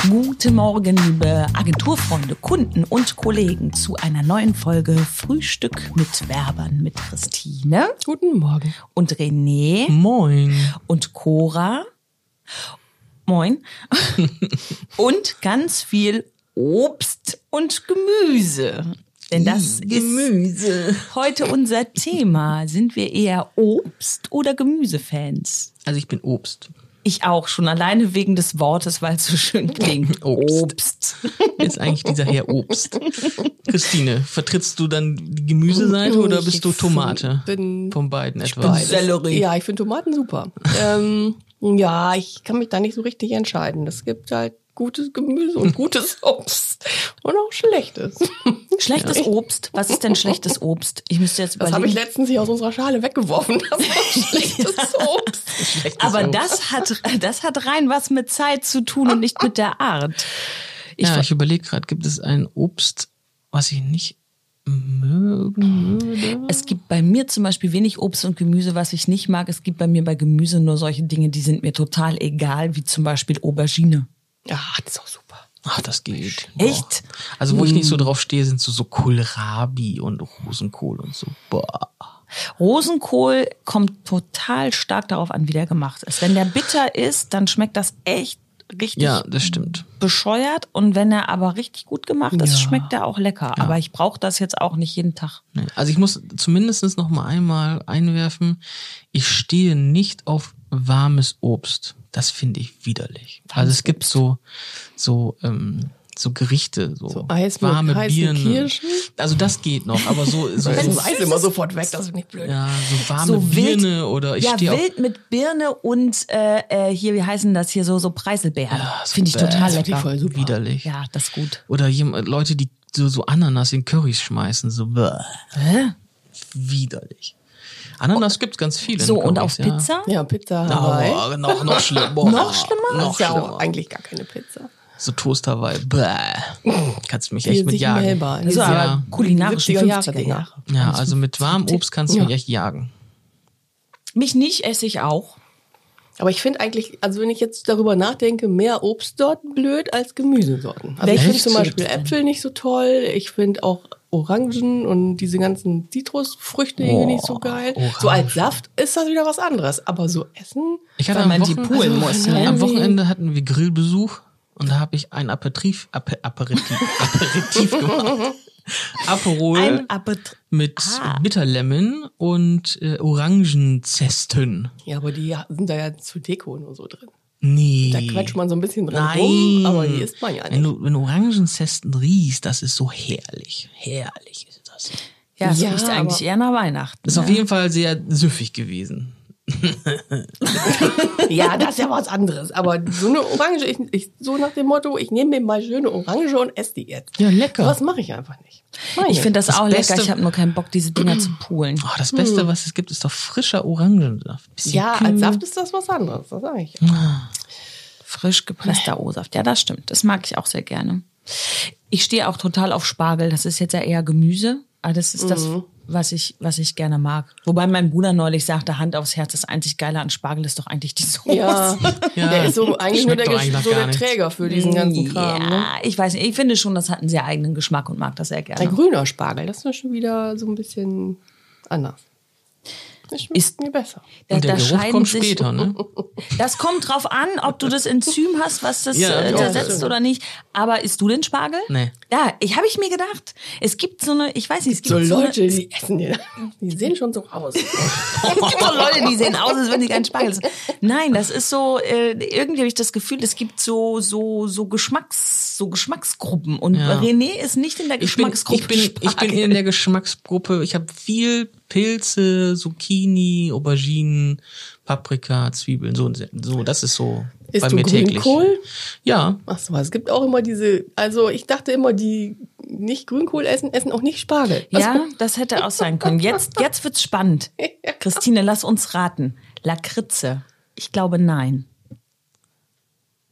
Guten Morgen, liebe Agenturfreunde, Kunden und Kollegen, zu einer neuen Folge Frühstück mit Werbern mit Christine Guten Morgen. und René Moin. und Cora. Moin. und ganz viel Obst und Gemüse. Denn das ist Gemüse. heute unser Thema. Sind wir eher Obst- oder Gemüsefans? Also ich bin Obst. Ich auch, schon alleine wegen des Wortes, weil es so schön klingt. Obst. Obst. Ist eigentlich dieser Herr Obst. Christine, vertrittst du dann die Gemüseseite oder bist du Tomate? bin- Von beiden etwa. Beides. Sellerie. Ja, ich finde Tomaten super. ähm, ja, ich kann mich da nicht so richtig entscheiden. Es gibt halt gutes Gemüse und gutes Obst und auch schlechtes. Schlechtes Obst. Was ist denn schlechtes Obst? Ich müsste jetzt Das habe ich überlegen. letztens hier aus unserer Schale weggeworfen. Das war schlechtes Obst. Aber Obst. das hat, das hat rein was mit Zeit zu tun und nicht mit der Art. Ich, ja, ver- ich überlege gerade, gibt es ein Obst, was ich nicht mögen würde? es gibt bei mir zum Beispiel wenig Obst und Gemüse, was ich nicht mag. Es gibt bei mir bei Gemüse nur solche Dinge, die sind mir total egal, wie zum Beispiel Aubergine. Ach, das ist auch super. Ach, das geht. Echt? Boah. Also, wo ich nicht so drauf stehe, sind so, so Kohlrabi und Rosenkohl und so. Boah. Rosenkohl kommt total stark darauf an, wie der gemacht ist. Wenn der bitter ist, dann schmeckt das echt richtig Ja, das stimmt. bescheuert. Und wenn er aber richtig gut gemacht ist, Ja. schmeckt er auch lecker. Aber ich brauche das jetzt auch nicht jeden Tag. Nee. Also ich muss zumindest noch mal einmal einwerfen, ich stehe nicht auf warmes Obst. Das finde ich widerlich. also es gibt so so ähm, so Gerichte, so, So Eis mit heißen Kirschen? Also das geht noch, aber so so, Das so ist Eis immer sofort weg, das ist nicht blöd. ja, so warme So wild- Birne oder ich ja, stehe auf wild mit Birne und äh, äh, hier, wie heißen das hier so, so Preiselbeeren. Ah, so Finde ich bäh, total das find ich lecker. voll super. widerlich. Ja, das ist gut. Oder jemand, Leute, die so so Ananas in Currys schmeißen, so bäh, Hä? widerlich. Ananas gibt's ganz viele. in So, und Currys, auf Pizza? Ja, Pizza Ja. Hawaii. Aber noch, noch schlimmer. Noch schlimmer? Noch ist ja schlimmer. auch eigentlich gar keine Pizza. So Toast Hawaii. Bäh. Kannst mich echt Hier mit sich jagen. Melba. Das ist Hier aber Ja. kulinarisch 70er 50er Jahre Jahre. Jahre. Ja, also mit warmem Obst kannst du Ja. mich echt jagen. Mich nicht, esse ich auch. Aber ich finde eigentlich, also wenn ich jetzt darüber nachdenke, mehr Obstsorten blöd als Gemüsesorten. Also ich Welche finde zum Obst- Beispiel Äpfel nicht so toll. Ich finde auch Orangen und diese ganzen Zitrusfrüchte irgendwie nicht so geil. So Orangen. als Saft ist das wieder was anderes. Aber so Essen, Ich hatte Weil am man die Wochen- also poolen muss, ne? Am Wochenende hatten wir Grillbesuch und da habe ich ein Aperitif, Ape, Aperitif, Aperitif gemacht. Aperol Ein Appetit. mit Ah. Bitterlemon und äh, Orangenzesten. ja, aber die sind da ja zu Deko nur so drin. Nee. Da quatscht man so ein bisschen drin Nein. rum, aber die isst man ja Wenn nicht. du, wenn du Orangenzesten riechst, das ist so herrlich. Herrlich ist das. Ja, das Ja, riecht aber- eigentlich eher nach Weihnachten. Ist auf jeden Fall sehr süffig gewesen. Ja, das ist ja was anderes. Aber so eine Orange, ich, ich, so nach dem Motto, ich nehme mir mal schöne Orange und esse die jetzt. Ja, lecker. Was mache ich einfach nicht. Mach Ich finde das, Das auch Beste- lecker. Ich habe nur keinen Bock, diese Dinger zu poolen. Oh, das Beste, was es gibt, ist doch frischer Orangensaft. Bisschen Hm. Ja, kühl. als Saft ist das was anderes, das sage ich. Frisch gepresster O-Saft. Ja, das stimmt. Das mag ich auch sehr gerne. Ich stehe auch total auf Spargel. Das ist jetzt ja eher Gemüse. Aber das ist Mhm. das, was ich, was ich gerne mag. Wobei mein Bruder neulich sagte, Hand aufs Herz, das einzig Geile an Spargel ist doch eigentlich die Soße. Ja, Ja, der ist so eigentlich nur schmeckt der, doch Gesch- eigentlich nach so gar der nichts. Träger für diesen ganzen Kram. Ne? Ja, ich weiß nicht. Ich finde schon, das hat einen sehr eigenen Geschmack und mag das sehr Der gerne. grüne Spargel, das ist schon wieder so ein bisschen anders. Das schmeckt Ist- mir besser. Da, Und der da Geruch scheiden kommt sich- später, ne? Das kommt drauf an, ob du das Enzym hast, was das Ja, äh, ja, ersetzt ja. oder nicht. Aber isst du den Spargel? Nee. Ja, ich habe ich mir gedacht. Es gibt so eine, ich weiß nicht, es gibt So so eine, Leute, die essen den. Die sehen schon so Es aus. gibt auch Leute, die sehen aus, als wenn sie keinen Spargel essen. Nein, das ist so, äh, irgendwie habe ich das Gefühl, es gibt so, so, so Geschmacks, so Geschmacksgruppen. Und Ja. René ist nicht in der Ich bin, Geschmacksgruppe. ich, bin, ich bin Spargel. in der Geschmacksgruppe. Ich habe viel Pilze, Zucchini, Auberginen, Paprika, Zwiebeln. So, so das ist so Isst bei du mir täglich. Grünkohl? Ja, Ach so, es gibt auch immer diese, also ich dachte immer, die nicht Grünkohl essen, essen auch nicht Spargel. ja, das hätte auch sein können. Jetzt, jetzt wird's spannend. Christine, lass uns raten. Lakritze. Ich glaube nein.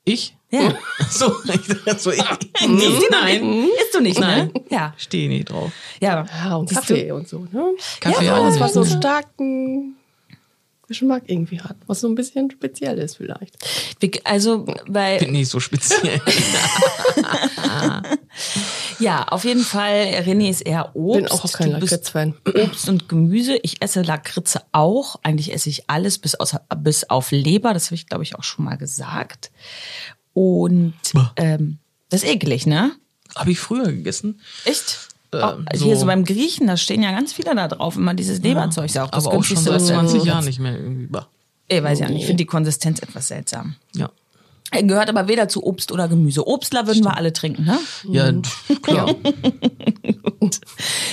ich. Ja. So, ich dachte so, ich, Isst nee, du Hm. nein, nicht? Hm. Isst du nicht, Nein. ne? Ja. stehe nicht drauf. Ja. Ja, und Siehst Kaffee und so, ne? Kaffee Ja, auch Das war nicht. so ne? starken Geschmack irgendwie hat. Was so ein bisschen speziell ist vielleicht. Wir- Also, weil Bin nicht so speziell. Ja, auf jeden Fall, René ist eher Obst. Bin auch kein Du bist Lakritz-Fan. Obst und Gemüse. Ich esse Lakritze auch. Eigentlich esse ich alles bis, aus, bis auf Leber. Das habe ich, glaube ich, auch schon mal gesagt. Und ähm, das ist eklig, ne? Habe ich früher gegessen. Echt? Ähm, Auch- Hier so so. beim Griechen, da stehen ja ganz viele da drauf, immer dieses Leberzeug. Ja, das aber auch schon günstigste, seit was du- 20 Jahren nicht mehr irgendwie. Bah. Ich weiß ja nicht, ich finde die Konsistenz etwas seltsam. Ja. Er gehört aber weder zu Obst oder Gemüse. Obstler würden wir alle trinken, ne? Ja, klar.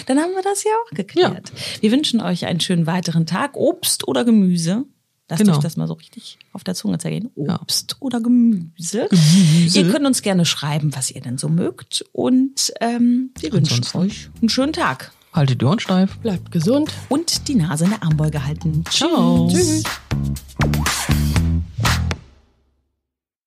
Dann haben wir das ja auch geklärt. Wir wünschen euch einen schönen weiteren Tag. Obst oder Gemüse? Lasst Genau. euch das mal so richtig auf der Zunge zergehen. Obst oder Gemüse. Ihr könnt uns gerne schreiben, was ihr denn so mögt. Und ähm, wir wünschen Ansonsten- euch einen schönen Tag. Haltet die Ohren steif. Bleibt gesund. Und die Nase in der Armbeuge halten. Ciao. Tschüss.